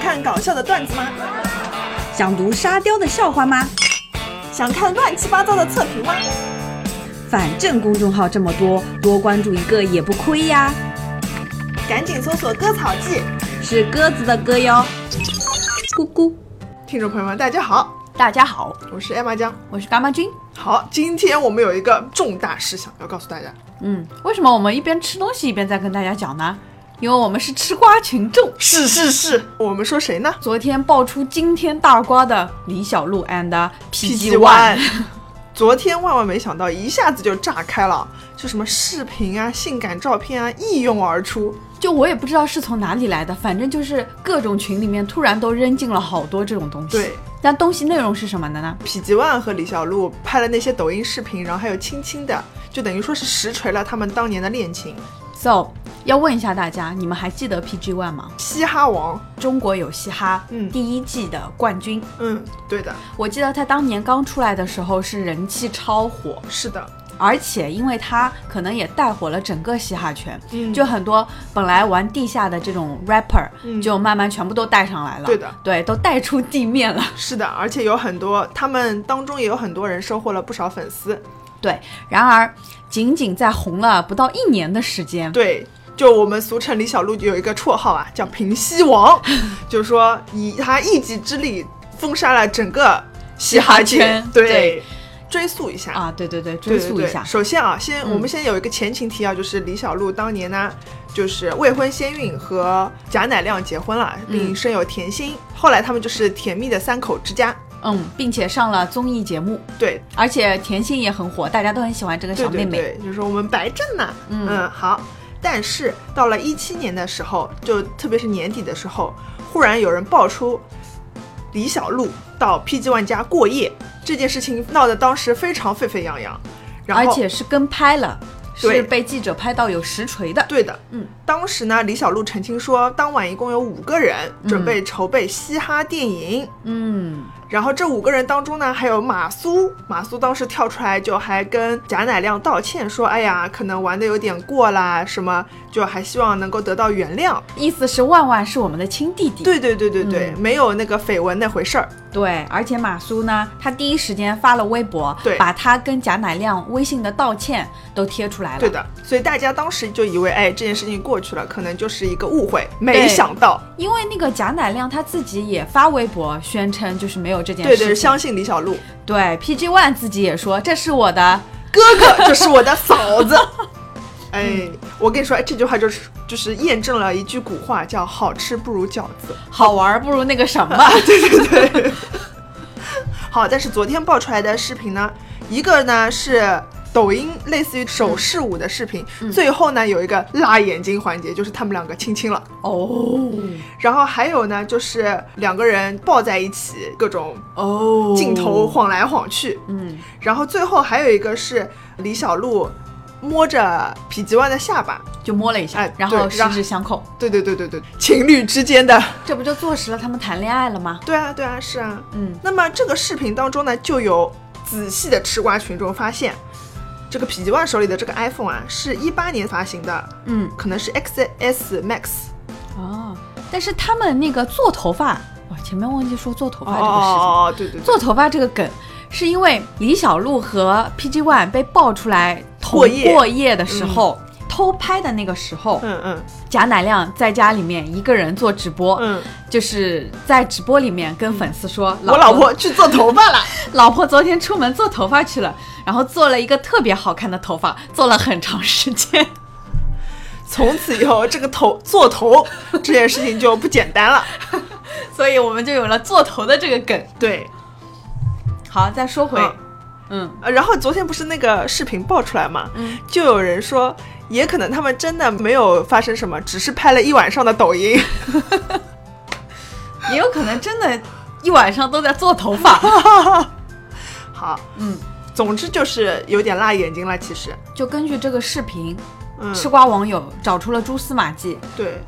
看搞笑的段子吗？想读沙雕的笑话吗？想看乱七八糟的测评吗？反正公众号这么多，多关注一个也不亏呀。赶紧搜索“割草记是鸽子的歌哟，咕咕。”。听众朋友们，大家好，大家好，我是艾玛江。我是干妈君。好，今天我们有一个重大事项要告诉大家。嗯，为什么我们一边吃东西一边在跟大家讲呢？因为我们是吃瓜群众。是是是，我们说谁呢昨天爆出惊天大瓜的李小璐 and PG ？PG One， One。昨天万万没想到，一下子就炸开了，就什么视频啊、性感照片啊一拥而出。 就我也不知道是从哪里来的，反正就是各种群里面突然都扔进了好多这种东西。对，但东西内容是什么的呢？痞 o n 和李小璐拍了那些抖音视频，然后还有亲亲的，就等于说是实锤了他们当年的恋情。 So，要问一下大家，你们还记得 PG One 吗？嘻哈王，中国有嘻哈，嗯第一季的冠军。嗯，对的，我记得他当年刚出来的时候是人气超火，是的，而且因为他可能也带火了整个嘻哈圈，嗯就很多本来玩地下的这种 rapper，、嗯就慢慢全部都带上来了。对的，对，都带出地面了。是的，而且有很多，他们当中也有很多人收获了不少粉丝。对，然而仅仅在红了不到一年的时间，对，就我们俗称李小璐有一个绰号啊，叫平西 王，就是说以他一己之力封杀了整个嘻哈嘻哈界圈。对，对追溯一下。啊，对对对，对追对溯对一下，首先啊，先、嗯我们先有一个前情提要，就是李小璐当年呢，就是未婚先孕和贾乃亮结婚了，并嗯生有甜心，后来他们就是甜蜜的三口之家。嗯，并且上了综艺节目，对而且甜心也很火，大家都很喜欢这个对小对妹妹。对，就是我们白正呢、嗯好。但是到了一七年的时候，就特别是年底的时候，忽然有人爆出李小璐到 PG One 家过夜这件事情，闹得当时非常沸沸扬扬。然后而且是跟拍了，对是被记者拍到有实锤的。对的，嗯，当时呢，李小璐澄清说，当晚一共有五个人准备筹备嘻哈电影，嗯，然后这五个人当中呢，还有马苏，马苏当时跳出来就还跟贾乃亮道歉说，哎呀，可能玩的有点过啦，什么就还希望能够得到原谅。意思是万万是我们的亲弟弟。对对对对对，没有那个绯闻那回事儿。对而且马苏呢，他第一时间发了微博，对把他跟贾乃亮微信的道歉都贴出来了。对，的，所以大家当时就以为，哎，这件事情过去了，可能就是一个误会。没想到，因为那个贾乃亮他自己也发微博宣称就是没有这件对事对，情。相信李小璐，对 PG One 自己也说这是我的，哥哥就是我的嫂 子。哎，我跟你说，哎这句话就是就是验证了一句古话，叫“好吃不如饺子好玩儿不如那 个什么。”。好，但是昨天爆出来的视频呢，一个呢是抖音类似于手势舞的视频，最后呢有一个辣眼睛环节，就是他们两个亲亲了。哦然后还有呢，就是两个人抱在一起，各种哦，镜头晃来晃去。嗯，然后最后还有一个是李小璐摸着痞吉万的下巴，就摸了一下，哎然后对十然后指相扣，对对对对对，情侣之间的。 这不就坐实了他们谈恋爱了吗？对啊，对啊，是啊。嗯，那么这个视频当中呢，就有仔细的吃瓜群众发现，这个痞吉万手里的这个 iPhone 啊，是一八年发行的，嗯可能是 XS Max。哦，但是他们那个做头发，我前面忘记说做头发这个事情，哦，对对对，做头发这个梗是因为李小璐和 PG One 被爆出来同过夜过夜的时候。偷拍的那个时候，嗯嗯贾乃亮在家里面一个人做直播，嗯，就是在直播里面跟粉丝说：“我老婆去做头发了。老婆昨天出门做头发去了，然后做了一个特别好看的头发，做了很长时间。 从此以后，这个头做头这件事情就不简单 了。所以我们就有了做头的这个梗。对，好，再说回，嗯嗯，呃然后昨天不是那个视频爆出来嘛，就有人说，也可能他们真的没有发生什么，只是拍了一晚上的抖 音。也有可能真的，一晚上都在做头发。好，嗯，总之就是有点辣眼睛了，其实， 就根据这个视频，嗯，吃瓜网友找出了蛛丝马迹。对，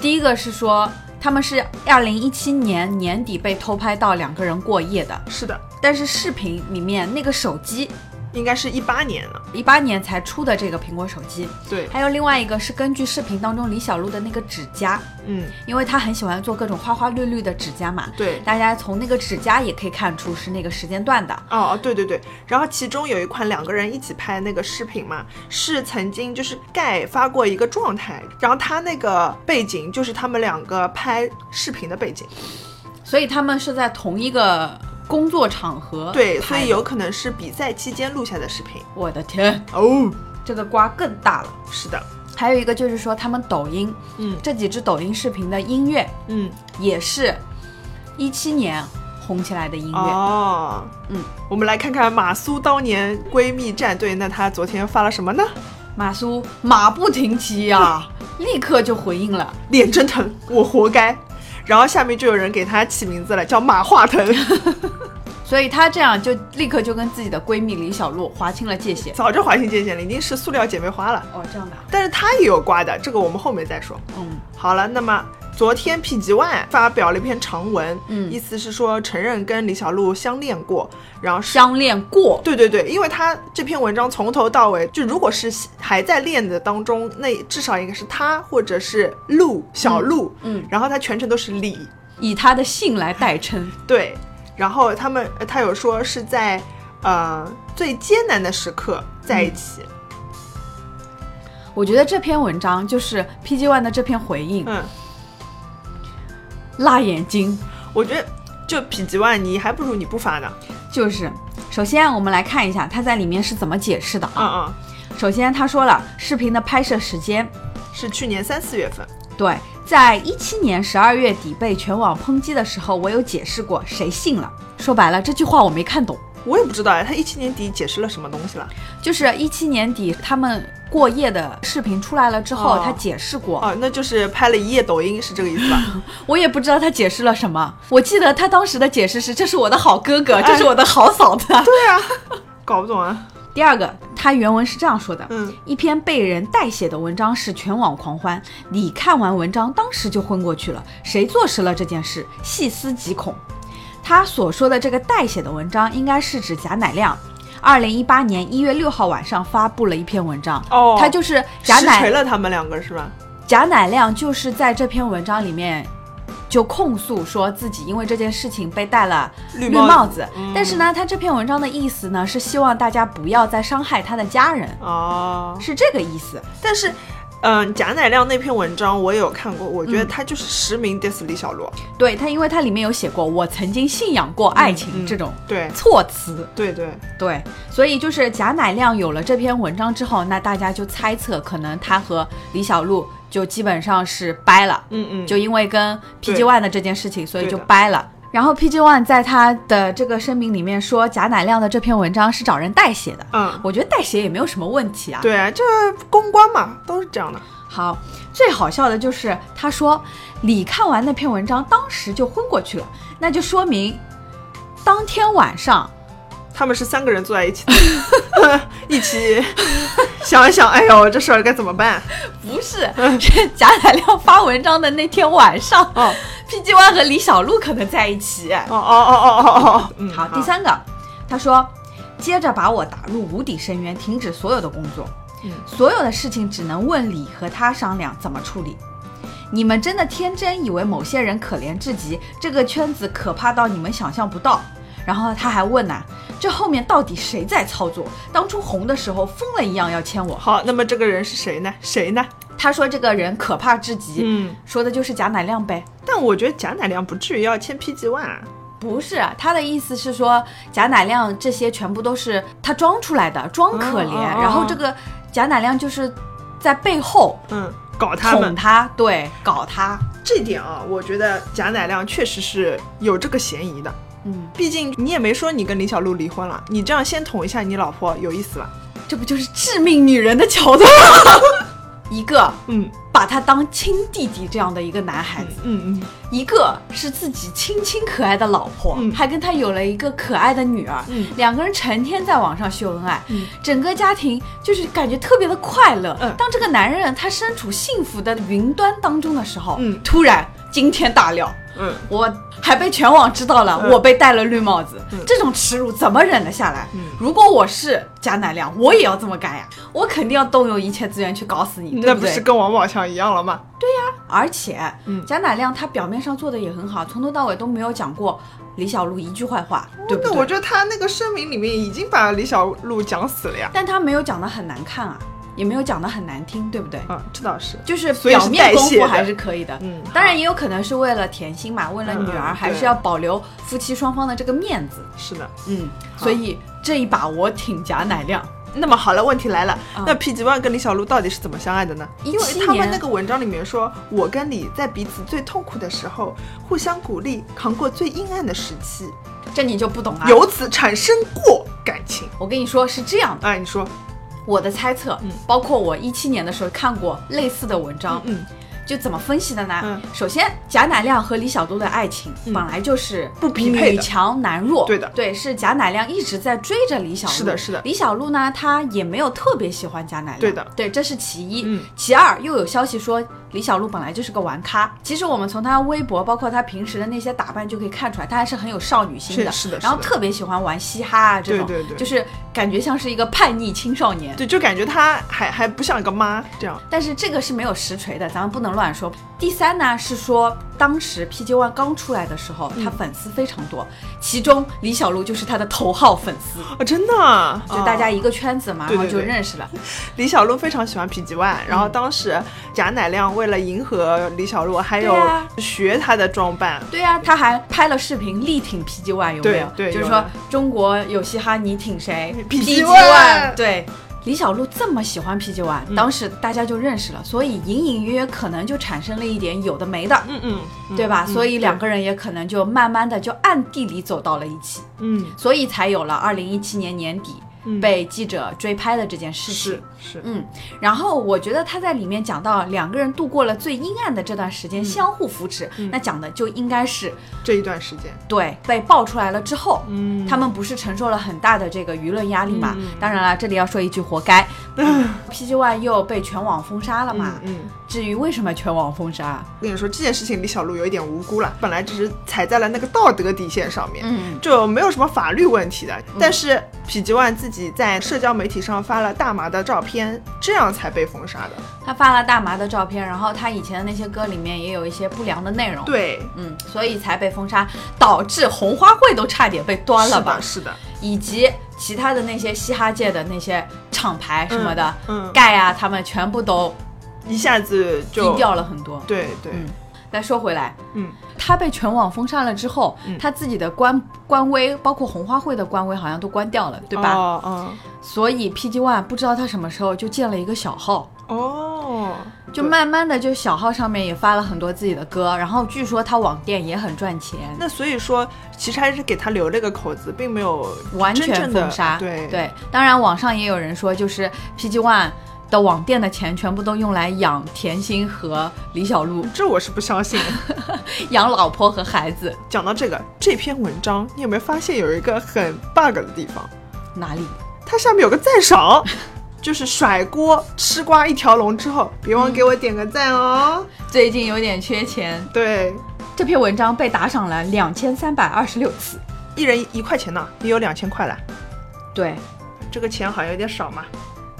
第一个是说，他们是二零一七年年底被偷拍到两个人过夜的，是的，但是视频里面那个手机应该是一八年了。一八年才出的这个苹果手机。对，还有另外一个是根据视频当中李小璐的那个指甲，嗯，因为她很喜欢做各种花花绿绿的指甲嘛。对。大家从那个指甲也可以看出是那个时间段的。哦哦，对对对，然后其中有一款两个人一起拍那个视频嘛，是曾经就是盖发过一个状态，然后他那个背景就是他们两个拍视频的背景，所以他们是在同一个工作场合对，拍所的以有可能是比赛期间录下的视频。我的天，哦，这个瓜更大了。是的，还有一个就是说，他们抖音嗯这几支抖音视频的音乐嗯，也是一七年红起来的音乐。哦，嗯，我们来看看马苏当年闺蜜战队，那她昨天发了什么呢？马苏马不停蹄呀、啊，立刻就回应了。脸真疼，我活该。然后下面就有人给她起名字了，叫马化 腾，所以她这样就立刻就跟自己的闺蜜李小璐划清了界限。早就划清界限了，已经是塑料姐妹花了。哦，这样的，但是她也有瓜的，这个我们后面再说。嗯，好了，那么昨天 PG One 发表了一篇长文，嗯意思是说承认跟李小璐相恋过，然后是。相恋过，对对对，因为他这篇文章从头到尾，就如果是还在恋的当中，那至少应该是他或者是陆小陆，嗯嗯然后他全程都是李，以她的姓来代称。对，然后他们呃他有说是在呃最艰难的时刻在一起，我觉得这篇文章就是 PG One 的这篇回应，嗯，辣眼睛。我觉得就否极万你还不如你不发呢，就是，首先我们来看一下他在里面是怎么解释的啊。嗯首先他说了，视频的拍摄时间，嗯，是去年三四月份，对，在一七年十二月底被全网抨击的时候，我有解释过，谁信了？说白了，这句话我没看懂。我也不知道哎，他一七年底解释了什么东西了？就是一七年底他们过夜的视频出来了之后，哦他解释过，哦，那就是拍了一夜抖音是这个意思吧？ 我也不知道他解释了什么。我记得他当时的解释是：这是我的好哥哥，这是我的好嫂子。对啊，搞不懂啊，第二个，他原文是这样说的：嗯。一篇被人代写的文章是全网狂欢，你看完文章当时就昏过去了。谁坐实了这件事？细思极恐。他所说的这个代写的文章，应该是指贾乃亮。二零一八年一月六号晚上发布了一篇文章，哦他就是贾实锤乃了他们两个是吧？贾乃亮就是在这篇文章里面就控诉说自己因为这件事情被戴了绿绿帽子嗯帽子，但是呢，他这篇文章的意思呢是希望大家不要再伤害他的家人，哦，是这个意思。但是，嗯、贾乃亮那篇文章我也有看过，我觉得嗯他就是实名 diss 李小璐。对他，因为他里面有写过“我曾经信仰过爱情”嗯这种对措辞，对对，对，所以就是贾乃亮有了这篇文章之后，那大家就猜测，可能他和李小璐就基本上是掰了，嗯嗯，就因为跟 PG 对 One 的这件事情，所以对就的掰了。然后 PG One 在他的这个声明里面说，贾乃亮的这篇文章是找人代写的。嗯，我觉得代写也没有什么问题啊。对啊，这公关嘛都是这样的。好，最好笑的就是他说你看完那篇文章，当时就昏过去了，那就说明当天晚上他们是三个人坐在一起的， 一起想一想，哎呦，这事儿该怎么办？不 是是贾乃亮发文章的那天晚上哦，PG One 和李小璐可能在一起。哦哦哦哦哦哦，嗯，好，第，三个，他说，接着把我打入无底深渊，停止所有的工作，嗯所有的事情只能问你和他商量怎么处理。你们真的天真以为某些人可怜至极，这个圈子可怕到你们想象不到。然后他还问呐、这后面到底谁在操作？当初红的时候疯了一样要签我。好，那么这个人是谁呢？谁呢？他说这个人可怕至极，嗯，说的就是贾乃亮呗。但我觉得贾乃亮不至于要签 PG One，啊不是，他的意思是说贾乃亮这些全部都是他装出来的，装可怜。哦哦哦然后这个贾乃亮就是在背后嗯，搞他捅们他，对，搞他。这点啊，我觉得贾乃亮确实是有这个嫌疑的。嗯，毕竟你也没说你跟李小璐离婚了，你这样先捅一下你老婆有意思吧？这不就是致命女人的桥段吗？ 一个嗯把他当亲弟弟这样的一个男孩子，嗯嗯一个是自己清亲可爱的老婆，嗯还跟他有了一个可爱的女儿，嗯两个人成天在网上秀恩爱，嗯整个家庭就是感觉特别的快乐。嗯当这个男人他身处幸福的云端当中的时候，嗯突然惊天大料。嗯，我还被全网知道了，嗯我被戴了绿帽子，嗯这种耻辱怎么忍得下来？嗯如果我是贾乃亮，我也要这么干呀！我肯定要动用一切资源去搞死你，对那不不是对？跟王宝强一样了吗？而且，嗯贾乃亮他表面上做的也很好，从头到尾都没有讲过李小璐一句坏话，对不那对？我觉得他那个声明里面已经把李小璐讲死了呀。但他没有讲的很难看啊，也没有讲的很难听，对不对？嗯，这倒是。就是所以是表面代功谢夫的还是可以的，嗯当然也有可能是为了甜心嘛，为了女嗯儿，嗯还是对要保留夫妻双方的这个面子，是的。嗯，所以这一把我挺贾乃亮，那么好了，问题来了，啊那 P 吉万跟李小璐到底是怎么相爱的呢？ 17因为他们年那个文章里面说，我跟李在彼此最痛苦的时候互相鼓励，扛过最阴暗的时期，这你就不懂啊。由此产生过感情。我跟你说是这样的，哎，你说，我的猜测，嗯包括我一七年的时候看过类似的文章，嗯，就怎么分析的呢？嗯首先，贾乃亮和李小璐的爱情嗯本来就是不匹配的女强男弱。对的对，是贾乃亮一直在追着李小璐。是的是的李小璐呢，她也没有特别喜欢贾乃亮。对的对，这是其一。嗯其二，又有消息说李小璐本来就是个玩咖。其实我们从她微博，包括她平时的那些打扮就可以看出来，她还是很有少女心的。是是的是的然后特别喜欢玩嘻哈啊这种，对对对就是感觉像是一个叛逆青少年。对，就感觉他还还不像个妈这样。但是这个是没有实锤的，咱们不能乱说。第三呢是说，当时 PG One 刚出来的时候，嗯他粉丝非常多，其中李小璐就是他的头号粉丝，啊，真的啊，就大家哦一个圈子嘛，对对然后就对认识了。李小璐非常喜欢痞吉万，然后当时贾乃亮为了迎合李小璐，还有对啊学她的装扮，对呀、他还拍了视频力挺 PG One，有没有？对对就是有说的中国有嘻哈，你挺谁 PG One， One 对。李小璐这么喜欢 PG One，、当嗯时大家就认识了，所以隐隐约约可能就产生了一点有的没的，嗯嗯，嗯对吧？所以两对个人也可能就慢慢的就暗地里走到了一起。嗯所以才有了二零一七年年底嗯被记者追拍的这件事情。是是嗯，然后我觉得他在里面讲到两个人度过了最阴暗的这段时嗯间，相互扶持，那讲的就应该是这一段时间，对被爆出来了之后，嗯他们不是承受了很大的这个舆论压力嘛？当然了，这里要说一句，活 该。PG One 又被全网封杀了嘛？嗯，至于为什么全网封杀，我跟你说这件事情，李小璐有一点无辜了，本来只是踩在了那个道德底线上面。嗯，就没有什么法律问题的，但是痞吉万自己在社交媒体上发了大麻的照片，这样才被封杀的。他发了大麻的照片，然后他以前的那些歌里面也有一些不良的内容。对，嗯，所以才被封杀，导致红花会都差点被端了吧，是的，是的以及其他的那些嘻哈界的那些厂牌什么的，嗯嗯嗯盖啊，他们全部都一下子低就调了很多。对对，嗯再说回来，嗯他被全网封杀了之后，嗯他自己的官官微，包括红花会的官微，好像都关掉了，对吧？哦哦所以 PG One 不知道他什么时候就建了一个小号，哦，就对。慢慢的就小号上面也发了很多自己的歌，然后据说他网店也很赚钱。那所以说，其实还是给他留了个口子，并没有完真全正的封杀。对，当然网上也有人说，就是 PG One 的网店的钱全部都用来养甜心和李小璐，这我是不相 信的。养老婆和孩子。讲到这个这篇文章，你有没有发现有一个很 bug 的地方？哪里？它下面有个赞赏，就是甩锅吃瓜一条龙之后，别忘给我点个赞哦。最近有点缺钱。对，这篇文章被打赏了两千三百二十六次。一人一块钱呢，也有两千块了，对，这个钱好像有点少嘛。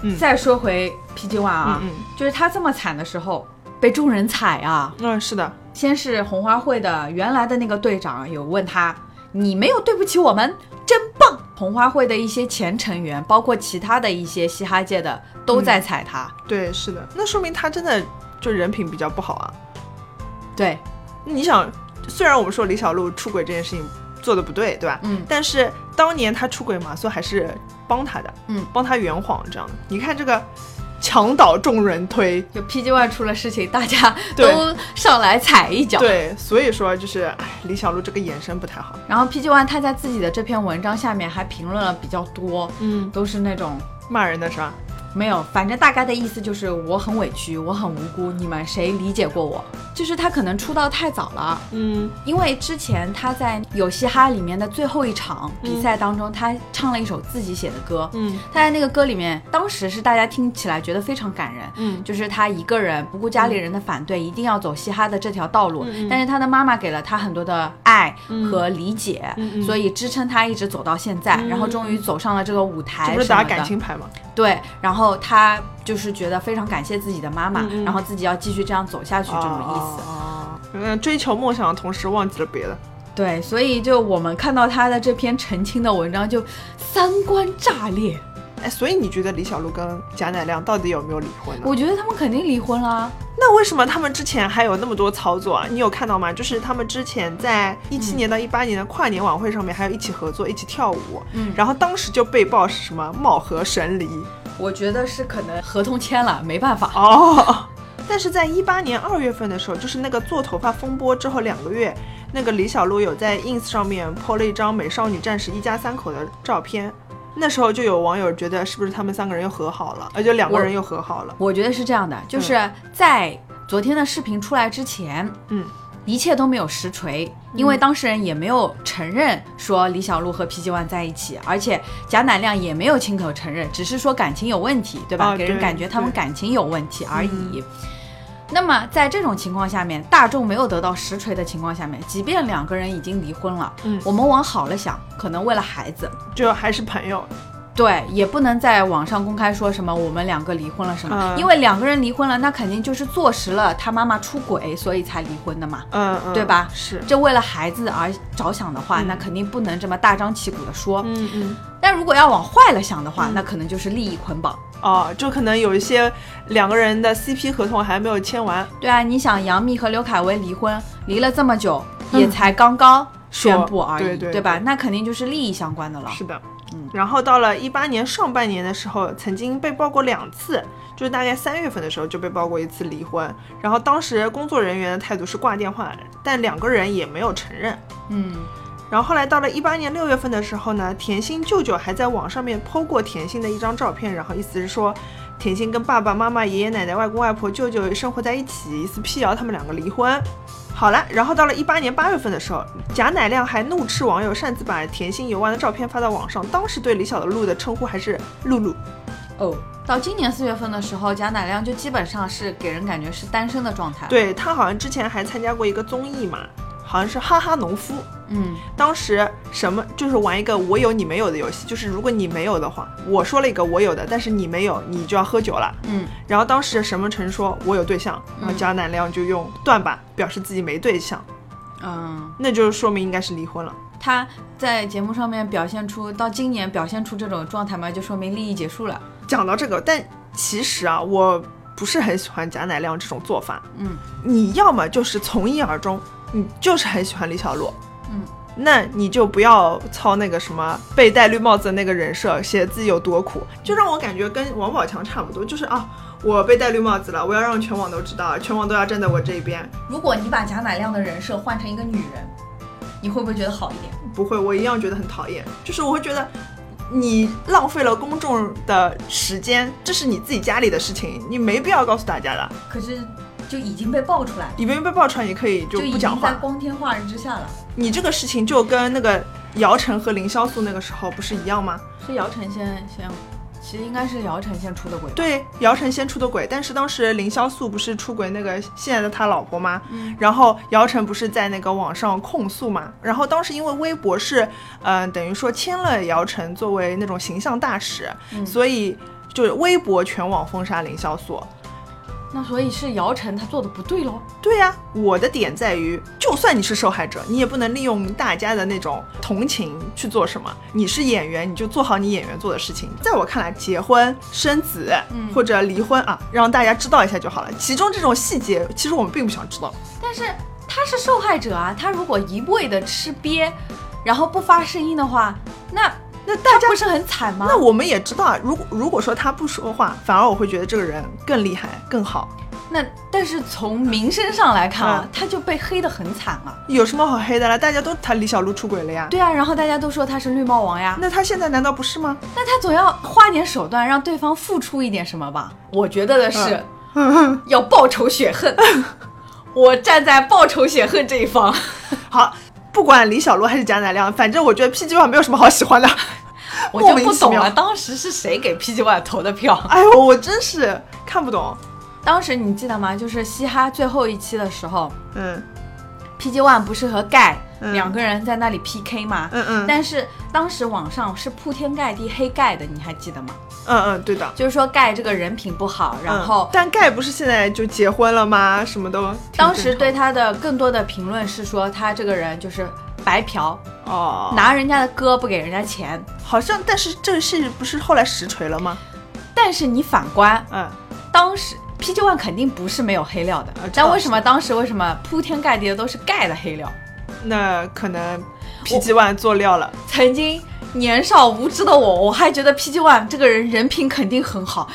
嗯再说回 PG One 啊，嗯嗯就是他这么惨的时候。被众人踩啊！嗯，是的，先是红花会的原来的那个队长有问他：“你没有对不起我们，真棒！”红花会的一些前成员，包括其他的一些嘻哈界的，都在踩他。对，是的，那说明他真的就人品比较不好啊。对，你想，虽然我们说李小璐出轨这件事情做的不对，对吧？嗯但是当年她出轨，马苏还是帮她的，嗯，帮她圆谎这样的。你看这个墙倒众人推，就 PG One 出了事情，大家对都上来踩一脚。对，所以说就是，哎，李小璐这个眼神不太好。然后 PG One 他在自己的这篇文章下面还评论了比较多，嗯，都是那种骂人的是吧？没有，反正大概的意思就是我很委屈，我很无辜，你们谁理解过我？就是他可能出道太早了，嗯因为之前他在《有嘻哈》里面的最后一场比赛当中，他唱了一首自己写的歌。嗯他在那个歌里面，当时是大家听起来觉得非常感人，嗯就是他一个人不顾家里人的反对，一定要走嘻哈的这条道路。嗯嗯但是他的妈妈给了他很多的爱嗯和理解，嗯嗯所以支撑他一直走到现在，嗯然后终于走上了这个舞台这什不么的。是打感情牌吗？对，然后他就是觉得非常感谢自己的妈妈，嗯嗯然后自己要继续这样走下去，这种意思。哦嗯，追求梦想的同时忘记了别的。对，所以就我们看到他的这篇澄清的文章，就三观炸裂。哎，所以你觉得李小璐跟贾乃亮到底有没有离婚呢？我觉得他们肯定离婚啊啦。那为什么他们之前还有那么多操作啊？你有看到吗？就是他们之前在一七年到一八年的跨年晚会上面，还有一起合作、一起跳舞，嗯然后当时就被曝是什么貌合神离我觉得是可能合同签了，没办法。哦。但是在一八年二月份的时候，就是那个做头发风波之后两个月，那个李小璐有在 ins 上面 po 了一张美少女战士一家三口的照片，那时候就有网友觉得是不是他们三个人又和好了，而且两个我人又和好了，我觉得是这样嗯的，就是在昨天的视频出来之前，嗯。一切都没有实锤，因为当事人也没有承认说李小璐和 PG One 在一起，而且贾乃亮也没有亲口承认，只是说感情有问题，对吧？啊给人对感觉他们对嗯感情有问题而已。那么在这种情况下面，大众没有得到实锤的情况下面，即便两个人已经离婚了，嗯我们往好了想，可能为了孩子，就还是朋友，对，也不能在网上公开说什么我们两个离婚了什么，嗯因为两个人离婚了，那肯定就是坐实了他妈妈出轨，所以才离婚的嘛。嗯嗯，对吧是，这为了孩子而着想的话，嗯那肯定不能这么大张旗鼓的说。嗯嗯。但如果要往坏了想的话，那可能就是利益捆绑。哦，就可能有一些两个人的 CP 合同还没有签完，对啊，你想杨幂和刘恺威离婚，离了这么久，也才刚刚宣布而已，嗯对对吧？对那肯定就是利益相关的了。是的，嗯。然后到了一八年上半年的时候，曾经被曝过两次，就是大概三月份的时候就被曝过一次离婚，然后当时工作人员的态度是挂电话，但两个人也没有承认。嗯，然后后来到了一八年六月份的时候呢，甜心舅舅还在网上面 PO 过甜心的一张照片，然后意思是说，甜心跟爸爸妈妈、爷爷奶奶、外公外婆、舅舅生活在一起，意思辟谣他们两个离婚。好了，然后到了一八年八月份的时候，贾乃亮还怒斥网友擅自把甜心游玩的照片发到网上，当时对李小璐的称呼还是露露。哦。到今年四月份的时候，贾乃亮就基本上是给人感觉是单身的状态。，对她好像之前还参加过一个综艺嘛，好像是哈哈农夫，嗯，当时什么就是玩一个我有你没有的游戏，就是如果你没有的话，我说了一个我有的，但是你没有，你就要喝酒了。嗯，然后当时沈梦辰说我有对象，然后嗯贾乃亮就用断吧表示自己没对象，嗯，那就是说明应该是离婚了。他在节目上面表现出到今年表现出这种状态嘛，就说明利益结束了。讲到这个，但其实啊，我不是很喜欢贾乃亮这种做法。嗯，你要么就是从一而终，你就是很喜欢李小璐。嗯。那你就不要操那个什么被戴绿帽子的那个人设，写自己有多苦，就让我感觉跟王宝强差不多，就是啊，我被戴绿帽子了，我要让全网都知道，全网都要站在我这一边。如果你把贾乃亮的人设换成一个女人，你会不会觉得好一点？不会，我一样觉得很讨厌，就是我会觉得你浪费了公众的时间，这是你自己家里的事情，你没必要告诉大家的。可是就已经被爆出来了，里面被爆出来，你可以就已不讲经在话。光天化日之下了。你这个事情就跟那个姚晨和凌潇肃那个时候不是一样吗？是姚晨先先，其实应该是姚晨先出的轨。，对，姚晨先出的轨，但是当时凌潇肃不是出轨那个现在的他老婆吗？嗯然后姚晨不是在那个网上控诉嘛？然后当时因为微博是，嗯、等于说签了姚晨作为那种形象大使，嗯所以就是微博全网封杀凌潇肃。那所以是姚晨她做的不对喽。对呀、我的点在于，就算你是受害者，你也不能利用大家的那种同情去做什么。你是演员，你就做好你演员做的事情。在我看来，结婚、生子，嗯或者离婚啊，让大家知道一下就好了。其中这种细节，其实我们并不想知道。但是她是受害者啊，她如果一味的吃瘪，然后不发声音的话，那那大家她不，是很惨吗？那我们也知道啊。如果如果说他不说话，反而我会觉得这个人更厉害、更好。那但是从名声上来看啊嗯，他就被黑得很惨啊。有什么好黑的啦？大家都谈李小璐出轨了呀。对啊，然后大家都说他是绿帽王呀，那他现在难道不是吗？那他总要花点手段让对方付出一点什么吧？我觉得的是，嗯 要报仇雪恨。 我站在报仇雪恨这 一方，好，不管李小璐还是贾乃亮，反正我觉得 PG One 没有什么好喜欢的。我就莫名不其懂妙了，当时是谁给 PG One 投的票？ 哎呦，我真是看不懂。当时你记得吗？就是嘻哈最后一期的时候嗯，PG One 不是和盖、嗯两个人在那里 PK 吗？嗯嗯但是当时网上是铺天盖地黑盖的，你还记得吗？嗯嗯，对的。就是说盖这个人品不好，然嗯后但盖不是现在就结婚了吗？什么都挺正常当时对他的更多的评论是说他这个人就是白嫖，哦，拿人家的歌不给人家钱。好像，但是这个事不是后来实锤了吗？但是你反观嗯，当时 PG One 肯定不是没有黑料的，呃这但倒为是什么当时为什么铺天盖地的都是盖的黑料？那可能 PG One 做料 了。曾经年少无知的我，我还觉得 PG One 这个人人品肯定很好，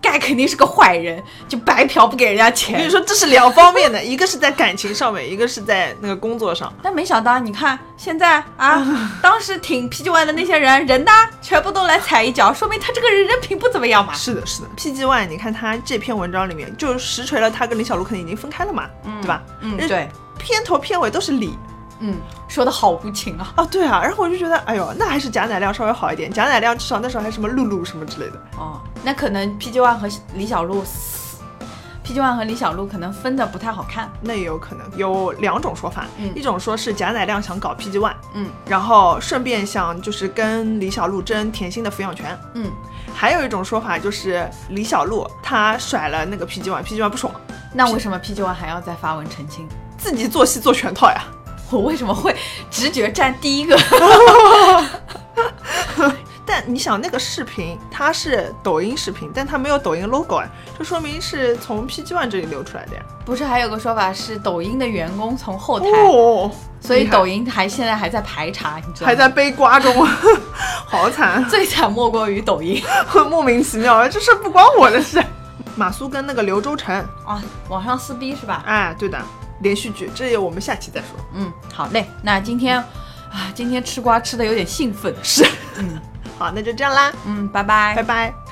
盖肯定是个坏人，就白嫖不给人家我跟钱你。说，这是两方面的， 一个是在感情上面，一个是在那个工作上。但没想到，你看现在啊， 当时挺 PG One 的那些人，人呢全部都来踩一脚，说明他这个人人品不怎么样嘛。是的，是的。PG One，你看他这篇文章里面就实锤了，他跟李小璐肯定已经分开了嘛，对吧？嗯，人对，片头片尾都是李嗯，说的好无情啊。哦，对啊。然后我就觉得，哎呦，那还是贾乃亮稍微好一点，贾乃亮至少那时候还什么露露什么之类的。哦，那可能 PG One 和李小璐，PG One 和李小璐可能分的不太好看。那也有可能有两种说法，嗯一种说是贾乃亮想搞 PG One，嗯然后顺便想就是跟李小璐争甜心的抚养权。嗯，还有一种说法就是李小璐她甩了那个 PG One，PG One 不爽，那为什么 PG One 还要再发文澄清？ 自己做戏做全套呀。我为什么会直觉占第一个？ 但你想那个视频它是抖音视频，但它没有抖音 logo 哎，这说明是从 PG One 这里流出来的呀。不是还有个说法是抖音的员工从后台，哦，所以厉害抖音还现在还在排查，你知道吗？还在悲瓜中， 好惨。 最惨莫过于抖音莫名其妙，这事不关我的事。马苏跟那个刘洲成，啊，网上撕逼是吧？哎，对的，连续剧，这也我们下期再说。嗯，好嘞，那今天啊，今天吃瓜吃的有点兴奋，是，好，那就这样啦，嗯，拜拜拜拜。